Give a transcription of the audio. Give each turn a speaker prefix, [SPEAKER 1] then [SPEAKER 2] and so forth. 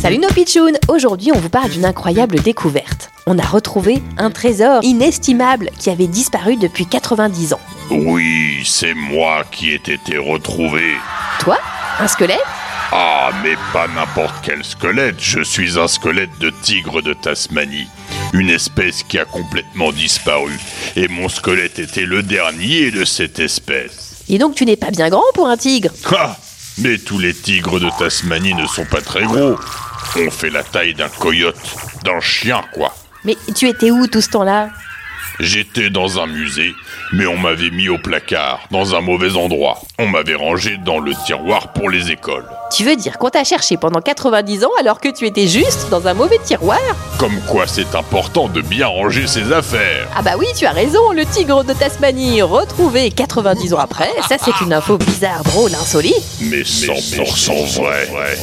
[SPEAKER 1] Salut nos pitchounes Aujourd'hui, on vous parle d'une incroyable découverte. On a retrouvé un trésor inestimable qui avait disparu depuis 90 ans.
[SPEAKER 2] Oui, c'est moi qui ai été retrouvé.
[SPEAKER 1] Toi Un squelette
[SPEAKER 2] Ah, mais pas n'importe quel squelette, je suis un squelette de tigre de Tasmanie. Une espèce qui a complètement disparu. Et mon squelette était le dernier de cette espèce.
[SPEAKER 1] Et donc, tu n'es pas bien grand pour un tigre
[SPEAKER 2] Ah Mais tous les tigres de Tasmanie ne sont pas très gros. On fait la taille d'un coyote, d'un chien, quoi.
[SPEAKER 1] Mais tu étais où tout ce temps-là
[SPEAKER 2] J'étais dans un musée, mais on m'avait mis au placard, dans un mauvais endroit. On m'avait rangé dans le tiroir pour les écoles.
[SPEAKER 1] Tu veux dire qu'on t'a cherché pendant 90 ans alors que tu étais juste dans un mauvais tiroir
[SPEAKER 2] Comme quoi c'est important de bien ranger ses affaires.
[SPEAKER 1] Ah bah oui, tu as raison, le tigre de Tasmanie retrouvé 90 ans après, ça c'est une info bizarre, drôle, insolite.
[SPEAKER 2] Mais 100% vrai.